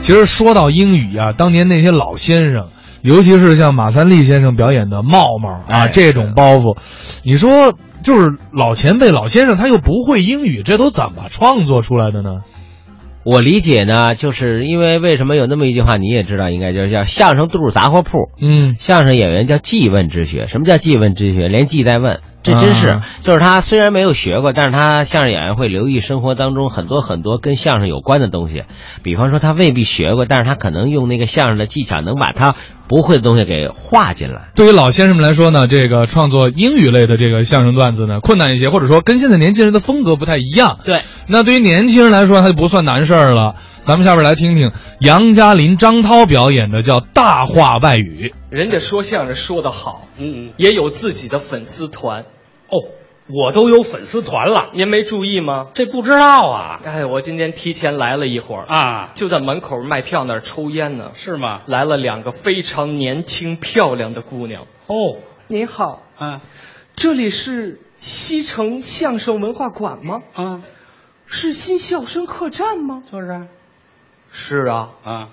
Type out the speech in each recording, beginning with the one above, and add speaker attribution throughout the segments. Speaker 1: 其实说到英语啊，当年那些老先生，尤其是像马三立先生表演的《茂茂》啊、
Speaker 2: 哎
Speaker 1: 这种包袱，你说就是老前辈、老先生他又不会英语，这都怎么创作出来的呢？
Speaker 2: 我理解呢，就是因为为什么有那么一句话，你也知道，应该就是叫相声肚儿杂货铺。
Speaker 1: 嗯，
Speaker 2: 相声演员叫记问之学。什么叫记问之学？连记带问，这真是、
Speaker 1: 啊
Speaker 2: 就是他虽然没有学过，但是他相声演员会留意生活当中很多很多跟相声有关的东西。比方说他未必学过，但是他可能用那个相声的技巧，能把他不会的东西给化进来。
Speaker 1: 对于老先生们来说呢，这个创作英语类的这个相声段子呢，困难一些，或者说跟现在年轻人的风格不太一样。
Speaker 2: 对，
Speaker 1: 那对于年轻人来说，它就不算难事儿了。咱们下边来听听杨嘉林、张涛表演的叫《大话外语
Speaker 3: 人家说相声说得好，
Speaker 4: 嗯，
Speaker 3: 也有自己的粉丝团，
Speaker 4: 哦，我都有粉丝团了，
Speaker 3: 您没注意吗？
Speaker 4: 这不知道啊
Speaker 3: 哎，我今天提前来了一会儿，
Speaker 4: 啊，
Speaker 3: 就在门口卖票那儿抽烟呢。
Speaker 4: 是吗？
Speaker 3: 来了两个非常年轻漂亮的姑娘。
Speaker 4: 哦，
Speaker 3: 您好，
Speaker 4: 啊
Speaker 3: 这里是西城相声文化馆吗？
Speaker 4: 啊，
Speaker 3: 是新笑声客栈吗？
Speaker 4: 就是啊
Speaker 3: 是啊。
Speaker 4: 啊，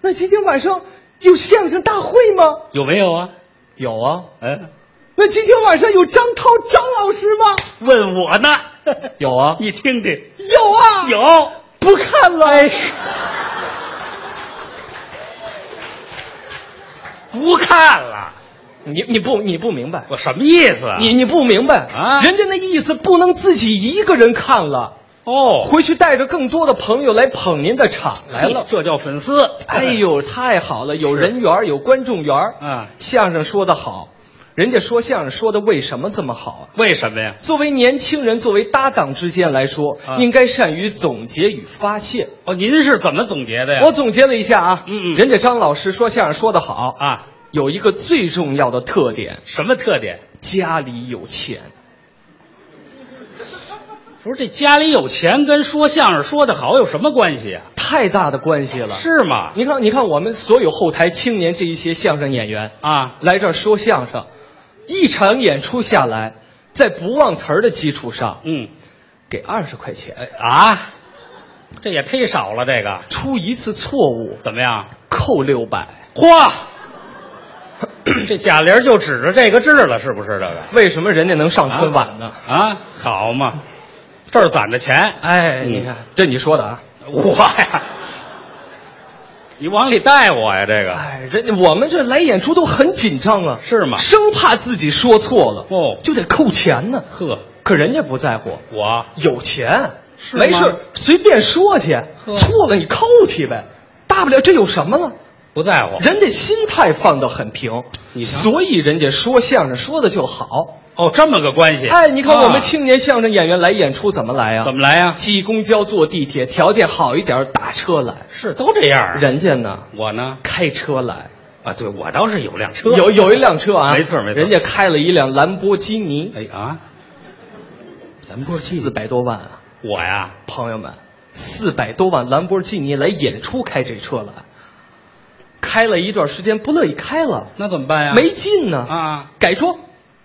Speaker 3: 那今天晚上有相声大会吗？
Speaker 4: 有没有啊？
Speaker 3: 有啊。
Speaker 4: 嗯，
Speaker 3: 那今天晚上有张涛张老师吗？
Speaker 4: 问我呢？
Speaker 3: 有啊。
Speaker 4: 你听听，
Speaker 3: 有啊。
Speaker 4: 有。哎
Speaker 3: 不看了。
Speaker 4: 不看了，
Speaker 3: 你你不你不明白，
Speaker 4: 我什么意思啊？
Speaker 3: 你你不明白
Speaker 4: 啊
Speaker 3: 人家那意思不能自己一个人看了，
Speaker 4: 哦
Speaker 3: 回去带着更多的朋友来捧您的场来了。
Speaker 4: 这叫粉丝。
Speaker 3: 哎呦，太好了，有人缘儿，有观众缘儿
Speaker 4: 啊
Speaker 3: 相声说得好，人家说相声说的为什么这么好啊？
Speaker 4: 为什么呀？
Speaker 3: 作为年轻人，作为搭档之间来说，
Speaker 4: 啊
Speaker 3: 应该善于总结与发泄。
Speaker 4: 哦，您是怎么总结哎的呀？
Speaker 3: 我总结了一下啊，
Speaker 4: 嗯嗯
Speaker 3: 人家张老师说相声说得好，
Speaker 4: 啊，
Speaker 3: 有一个最重要的特点，
Speaker 4: 什么特点？
Speaker 3: 家里有钱。
Speaker 4: 不是这家里有钱跟说相声说的好有什么关系啊？
Speaker 3: 太大的关系了。
Speaker 4: 是吗？
Speaker 3: 你看，你看，我们所有后台青年这一些相声演员
Speaker 4: 啊，
Speaker 3: 来这儿说相声，一场演出下来，在不忘词儿的基础上，
Speaker 4: 嗯
Speaker 3: 给二十块钱，
Speaker 4: 啊，这也忒少了，这个
Speaker 3: 出一次错误
Speaker 4: 怎么样？
Speaker 3: 扣六百。
Speaker 4: 嚯，这贾玲就指着这个治了，是不是这个？
Speaker 3: 为什么人家能上春晚呢？
Speaker 4: 啊，好嘛，这儿攒着钱，
Speaker 3: 哎，
Speaker 4: 嗯
Speaker 3: 你看，这你说的啊？
Speaker 4: 我呀，你往里带我呀，这个
Speaker 3: 哎，人家我们这来演出都很紧张啊，
Speaker 4: 是吗？
Speaker 3: 生怕自己说错了，
Speaker 4: 哦
Speaker 3: 就得扣钱呢。
Speaker 4: 呵，
Speaker 3: 可人家不在乎，
Speaker 4: 我
Speaker 3: 有钱，
Speaker 4: 是吗
Speaker 3: 没事随便说去，错了你扣去呗，大不了这有什么了？
Speaker 4: 不在乎。
Speaker 3: 人家心态放得很平，
Speaker 4: 哦你瞧
Speaker 3: 所以人家说相声说的就好。
Speaker 4: 哦，这么个关系。
Speaker 3: 哎，你看
Speaker 4: 啊
Speaker 3: 我们青年相声演员来演出怎么来呀、
Speaker 4: 怎么来啊呀？
Speaker 3: 挤公交、坐地铁，条件好一点打车来。
Speaker 4: 是都这样啊。
Speaker 3: 人家呢
Speaker 4: 我呢？
Speaker 3: 开车来，
Speaker 4: 啊，对我倒是有辆车。
Speaker 3: 有有一辆车啊，
Speaker 4: 没错没错
Speaker 3: 人家开了一辆兰博基尼，
Speaker 4: 哎啊，兰博基
Speaker 3: 四
Speaker 4: 尼，
Speaker 3: 百多万啊，
Speaker 4: 我呀，
Speaker 3: 朋友们，四百多万兰博基尼来演出开这车来，开了一段时间不乐意开了，
Speaker 4: 那怎么哎办呀？
Speaker 3: 没劲呢，
Speaker 4: 啊，
Speaker 3: 改装，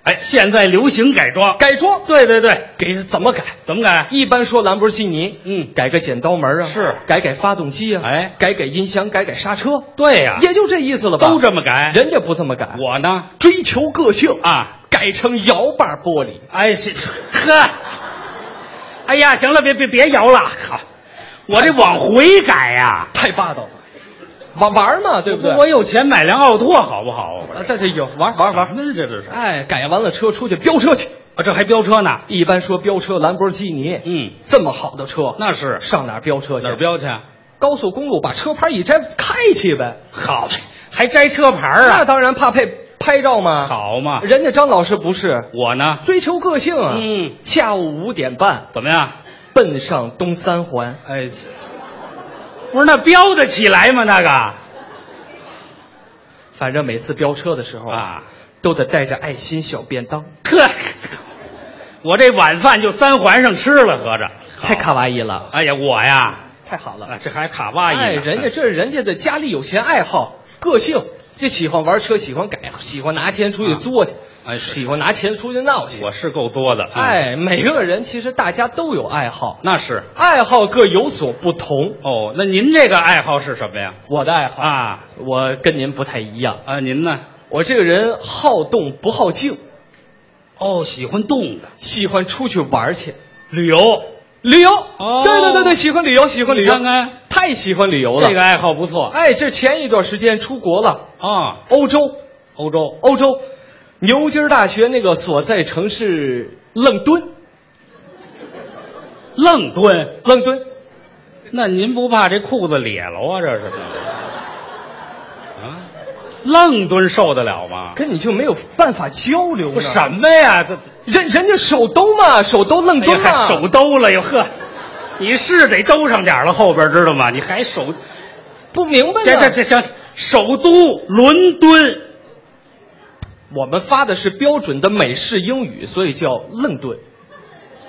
Speaker 4: 哎，现在流行改装，
Speaker 3: 改装，
Speaker 4: 对对对，
Speaker 3: 给怎么改？
Speaker 4: 怎么改？
Speaker 3: 一般说兰博基尼，
Speaker 4: 嗯
Speaker 3: 改改剪刀门啊，
Speaker 4: 是
Speaker 3: 改改发动机啊，
Speaker 4: 哎
Speaker 3: 改改音箱，改改刹车，
Speaker 4: 对呀
Speaker 3: 也就这意思了吧？
Speaker 4: 都这么改
Speaker 3: 人家不这么改，
Speaker 4: 我呢？
Speaker 3: 追求个性，
Speaker 4: 啊，
Speaker 3: 改成摇把玻璃，
Speaker 4: 哎是呵，哎呀，行了，别别别摇了，靠，我这往回改呀、
Speaker 3: 太霸道了，玩玩嘛，对不对？
Speaker 4: 我有钱买辆奥拓好不好？
Speaker 3: 啊在这有玩玩玩
Speaker 4: 什，么这这是？
Speaker 3: 哎，改完了车出去飙车去。
Speaker 4: 啊，这还飙车呢？
Speaker 3: 一般说飙车，兰博基尼，
Speaker 4: 嗯，
Speaker 3: 这么好的车，
Speaker 4: 那是
Speaker 3: 上哪儿飙车去？
Speaker 4: 哪儿？啊飙去？
Speaker 3: 高速公路把车牌一摘，开去呗。
Speaker 4: 好，还摘车牌儿
Speaker 3: 那
Speaker 4: 啊？
Speaker 3: 当然怕被拍照嘛。，
Speaker 4: 好嘛，
Speaker 3: 人家张老师不是
Speaker 4: 我呢？
Speaker 3: 追求个性啊。
Speaker 4: 嗯，
Speaker 3: 下午五点半
Speaker 4: 怎么样？
Speaker 3: 奔上东三环，
Speaker 4: 哎，这不是那飙得起来吗？那个
Speaker 3: 反正每次飙车的时候，
Speaker 4: 啊，
Speaker 3: 都得带着爱心小便当，
Speaker 4: 呵，我这晚饭就三环上吃了，合着。
Speaker 3: 太卡哇伊了，
Speaker 4: 哎呀，我呀，
Speaker 3: 太好了。
Speaker 4: 啊这还卡哇伊呢、
Speaker 3: 哎，人家这是人家的家里有钱爱好、个性，就喜欢玩车，喜欢改，喜欢拿钱出去作去。
Speaker 4: 哎，是
Speaker 3: 喜欢拿钱出去闹去。
Speaker 4: 哎我是够作的。嗯，
Speaker 3: 哎，每个人其实大家都有爱好，
Speaker 4: 那是。
Speaker 3: 爱好各有所不同。
Speaker 4: 哦，那您这个爱好是什么呀？
Speaker 3: 我的爱好，
Speaker 4: 啊
Speaker 3: 我跟您不太一样，
Speaker 4: 啊，您呢？
Speaker 3: 我这个人好动不好静，
Speaker 4: 哦，喜欢动的
Speaker 3: 喜欢出去玩去。
Speaker 4: 旅游，
Speaker 3: 旅游，
Speaker 4: 哦
Speaker 3: 对对对对，喜欢旅游，喜欢旅游，
Speaker 4: 你看看
Speaker 3: 太喜欢旅游了。
Speaker 4: 这个爱好不错啊、
Speaker 3: 哎，这前一段时间出国了，欧洲，
Speaker 4: 欧洲
Speaker 3: 欧洲，牛津大学那个所在城市愣敦，
Speaker 4: 愣蹲，
Speaker 3: 愣敦，
Speaker 4: 那您不怕这裤子裂了啊？这是啊，愣蹲受得了吗？
Speaker 3: 跟你就没有办法交流呢。
Speaker 4: 不什么呀？这
Speaker 3: 人人家首都嘛，首都愣
Speaker 4: 哎呀
Speaker 3: 敦，嘛，
Speaker 4: 还手兜了哟呵，你是得兜上点儿了，后边知道吗？你还手
Speaker 3: 不明白呢
Speaker 4: 这这这行，首都伦敦
Speaker 3: 我们发的是标准的美式英语，所以叫愣顿。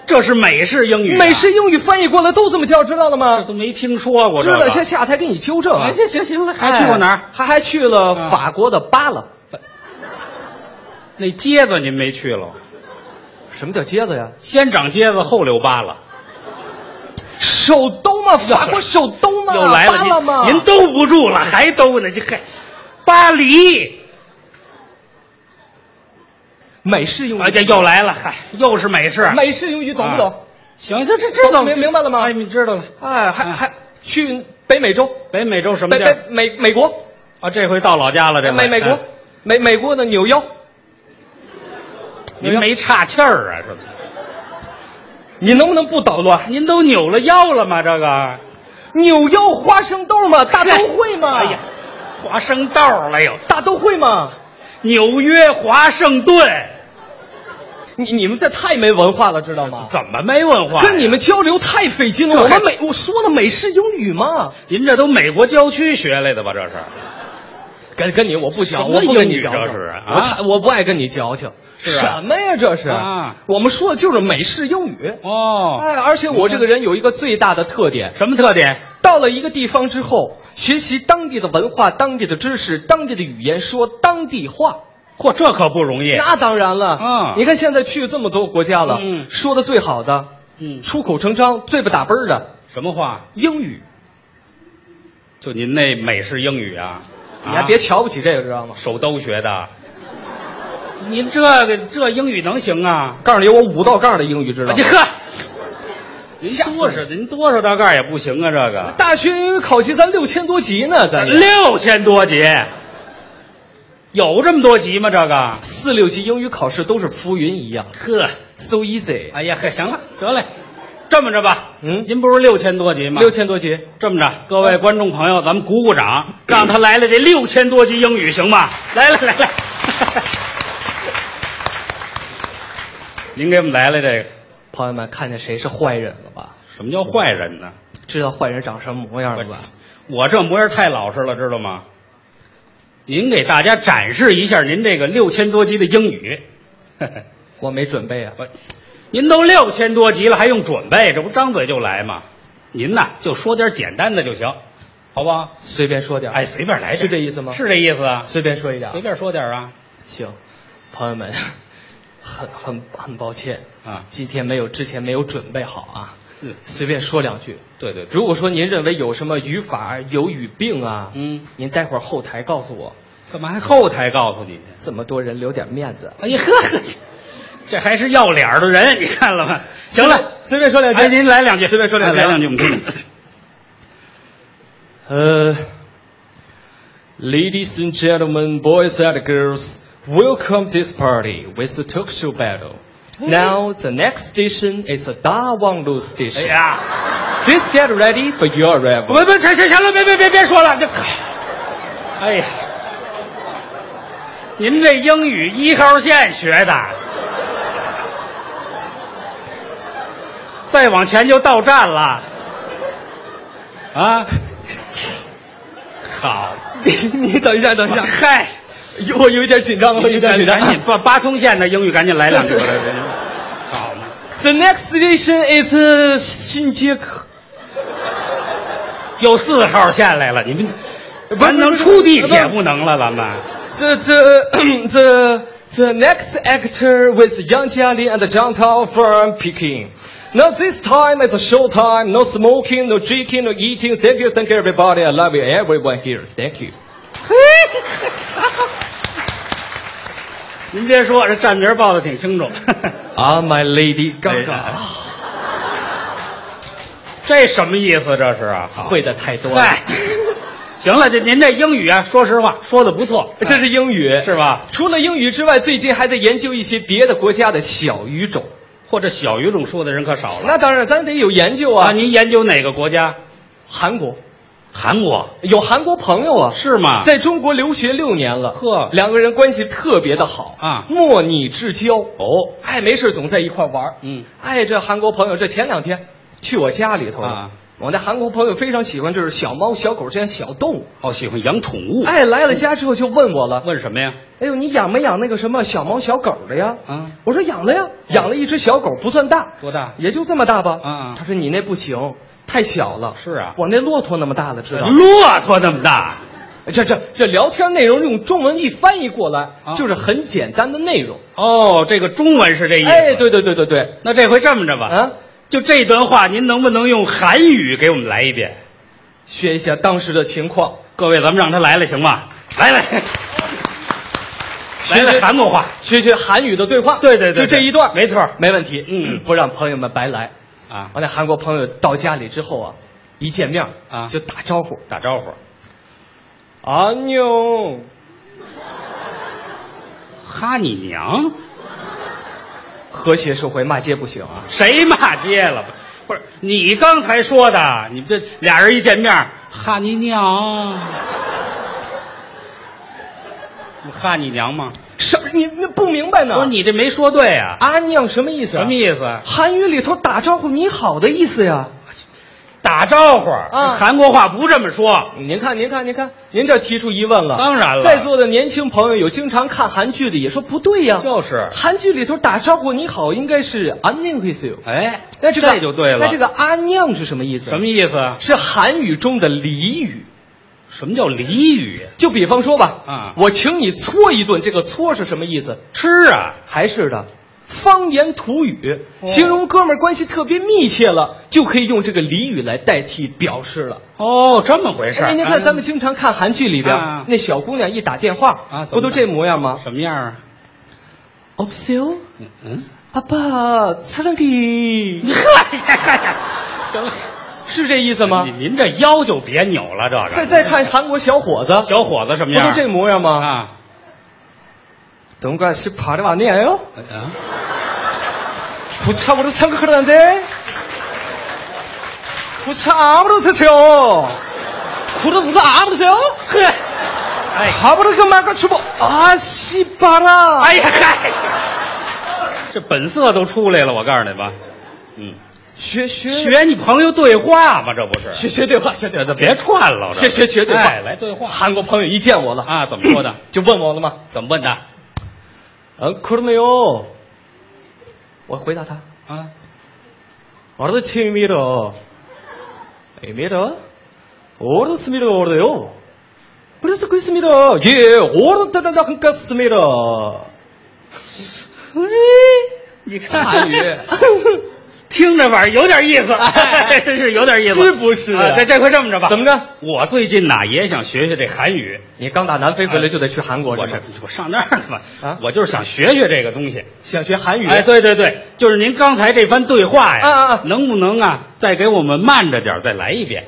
Speaker 4: 这是美式英语啊、
Speaker 3: 美式英语翻译过来都这么叫，知道了
Speaker 4: 这
Speaker 3: 吗？
Speaker 4: 都没听说过
Speaker 3: 知
Speaker 4: 这
Speaker 3: 道，
Speaker 4: 个。
Speaker 3: 先下台给你纠正啊
Speaker 4: 哎，。行行行了，还去过哪儿
Speaker 3: 哎？还还去了
Speaker 4: 啊
Speaker 3: 法国的巴勒。
Speaker 4: 那街子您没去了，
Speaker 3: 什么叫街子呀？
Speaker 4: 先长街子后留疤了，
Speaker 3: 首都 嘛，法国首都嘛，
Speaker 4: 又来
Speaker 3: 巴勒嘛。
Speaker 4: 您您兜不住了，还兜呢？这还巴黎，
Speaker 3: 美式英语，
Speaker 4: 哎呀，又来了，嗨，又是美式。
Speaker 3: 嗯美式英语懂不
Speaker 4: 啊
Speaker 3: 懂？
Speaker 4: 行行，这知道
Speaker 3: 明明白了吗
Speaker 4: 哎，你知道了，
Speaker 3: 哎，还
Speaker 4: 哎
Speaker 3: 还去北美洲，
Speaker 4: 北美洲什么
Speaker 3: 北
Speaker 4: 地
Speaker 3: 北
Speaker 4: 儿？
Speaker 3: 美美国，
Speaker 4: 啊，这回到老家了，这回
Speaker 3: 美美国
Speaker 4: 哎，
Speaker 3: 美美国的纽约。
Speaker 4: 您没岔气儿啊，是吧？
Speaker 3: 你能不能不捣乱？
Speaker 4: 您都扭了腰了吗？这个
Speaker 3: 纽约花生豆 嘛，大都会嘛，
Speaker 4: 哎呀，华盛豆了又，
Speaker 3: 大都会嘛。
Speaker 4: 纽约华盛顿
Speaker 3: 你你们这太没文化了，知道吗？
Speaker 4: 怎么没文化呀？
Speaker 3: 跟你们交流太费劲了。
Speaker 4: 这
Speaker 3: 我
Speaker 4: 还
Speaker 3: 们美我说了美式英语嘛，
Speaker 4: 您这都美国郊区学来的吧？这是
Speaker 3: 跟跟你我不
Speaker 4: 什
Speaker 3: 讲，
Speaker 4: 么
Speaker 3: 我不跟
Speaker 4: 英
Speaker 3: 你
Speaker 4: 语
Speaker 3: 矫
Speaker 4: 这
Speaker 3: 情，
Speaker 4: 是啊
Speaker 3: 我太我不爱跟你矫情。
Speaker 4: 是啊
Speaker 3: 什么呀？这是
Speaker 4: 啊
Speaker 3: 我们说的就是美式英语。
Speaker 4: 哦
Speaker 3: 哎，而且我这个人有一个最大的特点，
Speaker 4: 什么特点？
Speaker 3: 到了一个地方之后，学习当地的文化、当地的知识、当地的语言，说当地话。
Speaker 4: 嚯，这可不容易。
Speaker 3: 那当然了，
Speaker 4: 啊
Speaker 3: 你看现在去这么多国家了，
Speaker 4: 嗯
Speaker 3: 说的最好的，
Speaker 4: 嗯，
Speaker 3: 出口成章、最不打啵儿的
Speaker 4: 什么话？
Speaker 3: 英语。
Speaker 4: 就您那美式英语啊？
Speaker 3: 你还
Speaker 4: 啊
Speaker 3: 别瞧不起这个，知道吗？
Speaker 4: 手兜学的。您这个这英语能行啊？
Speaker 3: 告诉你，我五道杠的英语知道吗
Speaker 4: 这？呵，您
Speaker 3: 吓死
Speaker 4: 多少您多少大盖也不行啊，这个
Speaker 3: 大学英语考级咱六千多级呢，咱
Speaker 4: 六千多级，有这么多级吗？这个
Speaker 3: 四六级英语考试都是浮云一样
Speaker 4: 呵，
Speaker 3: ，so easy。
Speaker 4: 哎呀呵，行了，得嘞，这么着吧，
Speaker 3: 嗯
Speaker 4: 您不是六千多级吗？
Speaker 3: 六千多级，
Speaker 4: 这么着，各位观众朋友，咱们鼓鼓掌，让他来了这六千多句英语，行吗？来来来来，您给我们来了这个，
Speaker 3: 朋友们看见谁是坏人了吧？
Speaker 4: 什么叫坏人呢？
Speaker 3: 知道坏人长什么模样了吧？
Speaker 4: 我这模样太老实了，知道吗？您给大家展示一下您这个六千多级的英语，
Speaker 3: 我没准备啊，
Speaker 4: 我您都六千多级了，还用准备？这不张嘴就来吗？您呐，就说点简单的就行，好不好？
Speaker 3: 随便说点儿，
Speaker 4: 哎，随便来点，
Speaker 3: 是这意思吗
Speaker 4: 是这意思啊，
Speaker 3: 随便说一点儿，
Speaker 4: 随便说点啊。
Speaker 3: 行，朋友们， 很很很抱歉
Speaker 4: 啊
Speaker 3: 今天没有之前没有准备好啊，
Speaker 4: 嗯
Speaker 3: 随便说两句。
Speaker 4: 对对对，
Speaker 3: 如果说您认为有什么语法有语病啊，
Speaker 4: 嗯，
Speaker 3: 您待会儿后台告诉我，
Speaker 4: 干嘛还后台告诉你去？
Speaker 3: 这么多人留点面子。
Speaker 4: 哎呀呵呵，这还是要脸儿的人，你看了吗？行了，
Speaker 3: 随便说两句。
Speaker 4: 哎，您来两句，
Speaker 3: 随便说两句
Speaker 4: 哎来两句，我们听听。
Speaker 3: 呃，Ladies and gentlemen, boys and girls, welcome this party with the talk show battle. Now the next station is the Da Wang Lu
Speaker 4: 哎
Speaker 3: station.
Speaker 4: 呀，
Speaker 3: Please get ready for your
Speaker 4: 不
Speaker 3: arrival.
Speaker 4: 不，行行行了，别别别别说了，这，哎呀，您这英语一号线学的，再往前就到站了，啊， 好，
Speaker 3: 你你等一下，等一下，
Speaker 4: 嗨。
Speaker 3: 有我有一点紧张了，我有点紧嗯张。
Speaker 4: 赶紧把八通线的英语赶紧来两句。好嘛，
Speaker 3: The next station is uh, 新街口。
Speaker 4: 又四号线来了，你们
Speaker 3: 不是
Speaker 4: 咱能
Speaker 3: 不是
Speaker 4: 出地铁
Speaker 3: 不是
Speaker 4: 不能了，咱们
Speaker 3: The the the The next actor was Yang Jialin and Zhang Tao from Peking. Now this time it's showtime. No smoking, no drinking, no eating. Thank you, thank you everybody. I love you, everyone here. Thank you.
Speaker 4: 您别说，这站名报的 挺清楚。
Speaker 3: Ah, my lady
Speaker 4: 哎
Speaker 3: Gaga，、
Speaker 4: 这什么意思？这是啊？
Speaker 3: 会的太多了。
Speaker 4: 嗨， 行了，这您这英语啊，说实话说的不错，
Speaker 3: 这是英语
Speaker 4: 是吧？
Speaker 3: 除了英语之外，最近还在研究一些别的国家的小语种。
Speaker 4: 或者小语种说的人可少了。
Speaker 3: 那当然，咱得有研究啊。
Speaker 4: 啊，您研究哪个国家？
Speaker 3: 韩国
Speaker 4: 韩国
Speaker 3: 有韩国朋友啊，
Speaker 4: 是吗？
Speaker 3: 在中国留学六年了，
Speaker 4: 呵
Speaker 3: 两个人关系特别的好
Speaker 4: 啊
Speaker 3: 莫逆至交。
Speaker 4: 哦，
Speaker 3: 哎，没事总在一块玩儿
Speaker 4: 嗯，
Speaker 3: 哎，这韩国朋友这前两天去我家里头了
Speaker 4: 啊
Speaker 3: 我那韩国朋友非常喜欢就是小猫小狗这样小动物，
Speaker 4: 哦，喜欢养宠物。
Speaker 3: 哎，来了家之后就问我了，
Speaker 4: 问什么呀？
Speaker 3: 哎呦，你养没养那个什么小猫小狗的呀？
Speaker 4: 啊
Speaker 3: 我说养了呀，养了一只小狗，不算大，
Speaker 4: 多大
Speaker 3: 也就这么大吧。
Speaker 4: 啊啊
Speaker 3: 他说你那不行，太小了。
Speaker 4: 是啊
Speaker 3: 我那骆驼那么大了，知道吗？
Speaker 4: 骆驼那么大，
Speaker 3: 这这这聊天内容用中文一翻译过来，
Speaker 4: 啊
Speaker 3: 就是很简单的内容。
Speaker 4: 哦，这个中文是这意思。
Speaker 3: 哎，，对对对对对，
Speaker 4: 那这回这么着吧，
Speaker 3: 啊，
Speaker 4: 就这段话，您能不能用韩语给我们来一遍？
Speaker 3: 学一下当时的情况，
Speaker 4: 各位，咱们让他来了，行吗？来来，
Speaker 3: 学学
Speaker 4: 来来韩国话
Speaker 3: 学学韩语的对话。
Speaker 4: 对对对
Speaker 3: 就这一段，
Speaker 4: 对没错
Speaker 3: 没问题。
Speaker 4: 嗯
Speaker 3: 不让朋友们白来。
Speaker 4: 啊，
Speaker 3: 我那韩国朋友到家里之后啊，一见面
Speaker 4: 啊
Speaker 3: 就打招呼，
Speaker 4: 打招呼。
Speaker 3: 啊妞。
Speaker 4: 哈你娘！
Speaker 3: 和谐社会骂街不行啊！
Speaker 4: 谁骂街了？不是你刚才说的，你这俩人一见面，哈你娘，我哈你娘吗？
Speaker 3: 什么你那不明白呢？
Speaker 4: 不是你这没说对啊，
Speaker 3: 阿娘什么意思、啊？
Speaker 4: 什么意思？
Speaker 3: 韩语里头打招呼你好的意思呀。
Speaker 4: 打招呼，
Speaker 3: 啊
Speaker 4: 韩国话不这么说。
Speaker 3: 您看，您看，您看，您这提出疑问了。
Speaker 4: 当然了
Speaker 3: 在座的年轻朋友有经常看韩剧的也说不对呀。
Speaker 4: 就是
Speaker 3: 韩剧里头打招呼你好应该是안녕하세요。
Speaker 4: 哎，
Speaker 3: 那这个
Speaker 4: 就对了。
Speaker 3: 那这个阿娘是什么意思？
Speaker 4: 什么？意思？啊？
Speaker 3: 是韩语中的俚语。
Speaker 4: 什么叫俚语？
Speaker 3: 就比方说吧，
Speaker 4: 啊
Speaker 3: 我请你搓一顿，这个搓是什么意思？
Speaker 4: 吃啊，
Speaker 3: 还是的，方言土语，
Speaker 4: 哦
Speaker 3: 形容哥们儿关系特别密切了，就可以用这个俚语来代替表示了。
Speaker 4: 哦，这么回事儿。
Speaker 3: 哎，您看，
Speaker 4: 嗯
Speaker 3: 咱们经常看韩剧里边
Speaker 4: 啊，
Speaker 3: 那小姑娘一打电话
Speaker 4: 啊怎么
Speaker 3: 不都这模样吗？
Speaker 4: 什么样啊？
Speaker 3: 없어요
Speaker 4: 嗯 嗯，
Speaker 3: 아빠사랑해
Speaker 4: 行了，
Speaker 3: 是这意思吗？
Speaker 4: 哎您您这腰就别扭了，这个。
Speaker 3: 再再看韩国小伙子，
Speaker 4: 小伙子什
Speaker 3: 不
Speaker 4: 么样？
Speaker 3: 都这模样吗？
Speaker 4: 啊
Speaker 3: 东瓜西帕的瓦尼哟，
Speaker 4: 啊！
Speaker 3: 부차으로생각하는데부차아무로세요부르부르아무로세요嘿。啊
Speaker 4: 哎
Speaker 3: 가브르가 마가 주보 啊 아씨 봐라
Speaker 4: 哎呀嗨，这本色都出来了，我告诉你吧，嗯，
Speaker 3: 学学
Speaker 4: 学你朋友对话嘛，这不是？
Speaker 3: 学学对话学对
Speaker 4: 这
Speaker 3: 话
Speaker 4: 别串了，
Speaker 3: 学
Speaker 4: 这
Speaker 3: 学学对话
Speaker 4: 哎来对话
Speaker 3: 韩国朋友一见我了
Speaker 4: 啊，怎么说 的？
Speaker 3: 就问我了吗
Speaker 4: 怎么问的？
Speaker 3: 嗯그러네요我回答他
Speaker 4: 啊，
Speaker 3: 어르치미러에미러어르스미러어르요그래서그스미러예어르다다다그까스미러
Speaker 4: 你看
Speaker 3: 韩 语
Speaker 4: 听着玩意儿有点意思，
Speaker 3: 哎
Speaker 4: 真是有点意思，
Speaker 3: 是不是啊
Speaker 4: 啊这这回这么着吧，
Speaker 3: 怎么着？
Speaker 4: 我最近呐也想学学这韩语，
Speaker 3: 你刚打南非回来就得去韩国
Speaker 4: 我
Speaker 3: 是
Speaker 4: 是
Speaker 3: 吗
Speaker 4: 我上那儿了嘛，
Speaker 3: 啊
Speaker 4: 我就是想学学这个东西。
Speaker 3: 想学韩语
Speaker 4: 哎，对对对，就是您刚才这番对话呀，
Speaker 3: 啊啊啊
Speaker 4: 能不能啊再给我们慢着点儿再来一遍？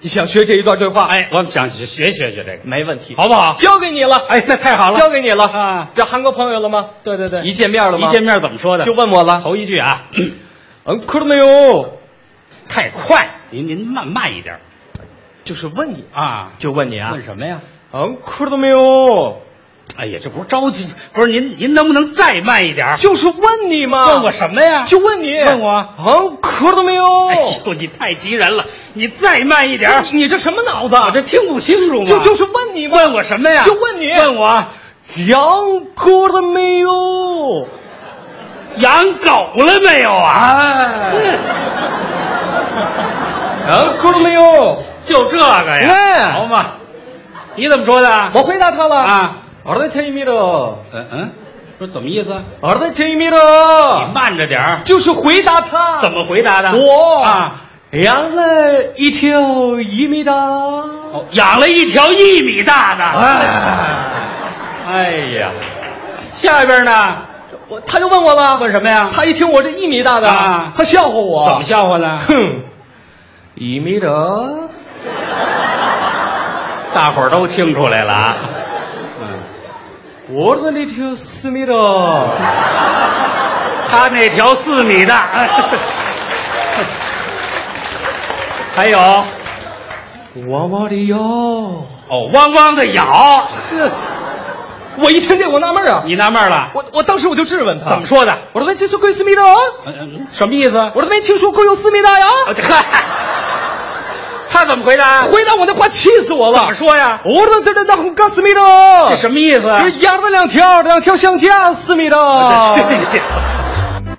Speaker 3: 你想学这一段对话
Speaker 4: 哎，我们想学学学学这个，
Speaker 3: 没问题
Speaker 4: 好不好？
Speaker 3: 交给你了，
Speaker 4: 哎，那太好了，
Speaker 3: 交给你了
Speaker 4: 啊
Speaker 3: 这韩国朋友了吗？
Speaker 4: 对对对
Speaker 3: 一见面了吗？
Speaker 4: 一见面怎么说的？
Speaker 3: 就问我了。
Speaker 4: 头一句啊，
Speaker 3: 嗯，哭了没有？
Speaker 4: 太快，您您慢慢一点儿
Speaker 3: 就是问你，
Speaker 4: 啊。
Speaker 3: 就问你啊
Speaker 4: 问。什么呀？
Speaker 3: 嗯，哭了没有？
Speaker 4: 哎呀，这不是着急，不是您您能不能再慢一点儿？
Speaker 3: 就是问你嘛。
Speaker 4: 问我什么呀？
Speaker 3: 就问你。
Speaker 4: 问我
Speaker 3: 嗯，哭了没有？
Speaker 4: 哎呦，你太急人了，你再慢一点儿，
Speaker 3: 你你这什么脑子？
Speaker 4: 我这听不清楚吗？
Speaker 3: 就就是问你嘛。
Speaker 4: 问我什么呀？
Speaker 3: 就问你
Speaker 4: 问我
Speaker 3: 羊哭了没有？
Speaker 4: 养狗了没有啊？
Speaker 3: 哎，嗯，哭了没有？
Speaker 4: 就这个呀，
Speaker 3: 哎
Speaker 4: 好嘛？你怎么说的？
Speaker 3: 我回答他了呃
Speaker 4: 啊，
Speaker 3: 我的天一米的，
Speaker 4: 嗯嗯，说怎么意思？
Speaker 3: 儿子听米
Speaker 4: 你
Speaker 3: 了，
Speaker 4: 慢着点儿，
Speaker 3: 就是回答他
Speaker 4: 怎么回答的？
Speaker 3: 我
Speaker 4: 啊，
Speaker 3: 养了一条一米大，
Speaker 4: 哦养了一条一米大的。
Speaker 3: 哎，
Speaker 4: 哎呀，下边呢？
Speaker 3: 我他就问我了，
Speaker 4: 问什么呀？
Speaker 3: 他一听我这一米大的，
Speaker 4: 啊
Speaker 3: 他笑话我，
Speaker 4: 怎么？笑话呢？
Speaker 3: 哼，一米的，
Speaker 4: 大伙儿都听出来了啊。嗯，
Speaker 3: 我的那条四米的，
Speaker 4: 他那条四米的。 哎还有，哦，
Speaker 3: 弯弯的腰。
Speaker 4: 汪汪的咬，
Speaker 3: 我一听这，我纳闷啊，
Speaker 4: 你纳闷了？
Speaker 3: 我我当时我就质问他，
Speaker 4: 怎么？说的？
Speaker 3: 我说没听说过有四米的啊，
Speaker 4: 嗯嗯什么意思？
Speaker 3: 我说没听说过有四米的呀。
Speaker 4: 啊这 他怎么回答？
Speaker 3: 回答我那话气死我
Speaker 4: 怎
Speaker 3: 了
Speaker 4: 么！说呀？
Speaker 3: 我的这这那红干四米的，
Speaker 4: 这什么意思？啊哦
Speaker 3: 就是压着两条，两条相加四米的。